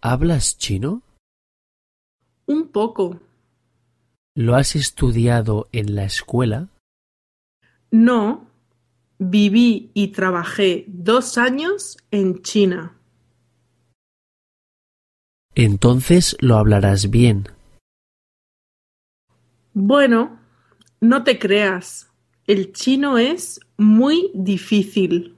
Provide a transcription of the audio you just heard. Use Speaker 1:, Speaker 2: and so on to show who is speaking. Speaker 1: ¿Hablas chino?
Speaker 2: Un poco.
Speaker 1: ¿Lo has estudiado en la escuela?
Speaker 2: No. Viví y trabajé dos años en China.
Speaker 1: Entonces lo hablarás bien.
Speaker 2: Bueno, no te creas. El chino es muy difícil.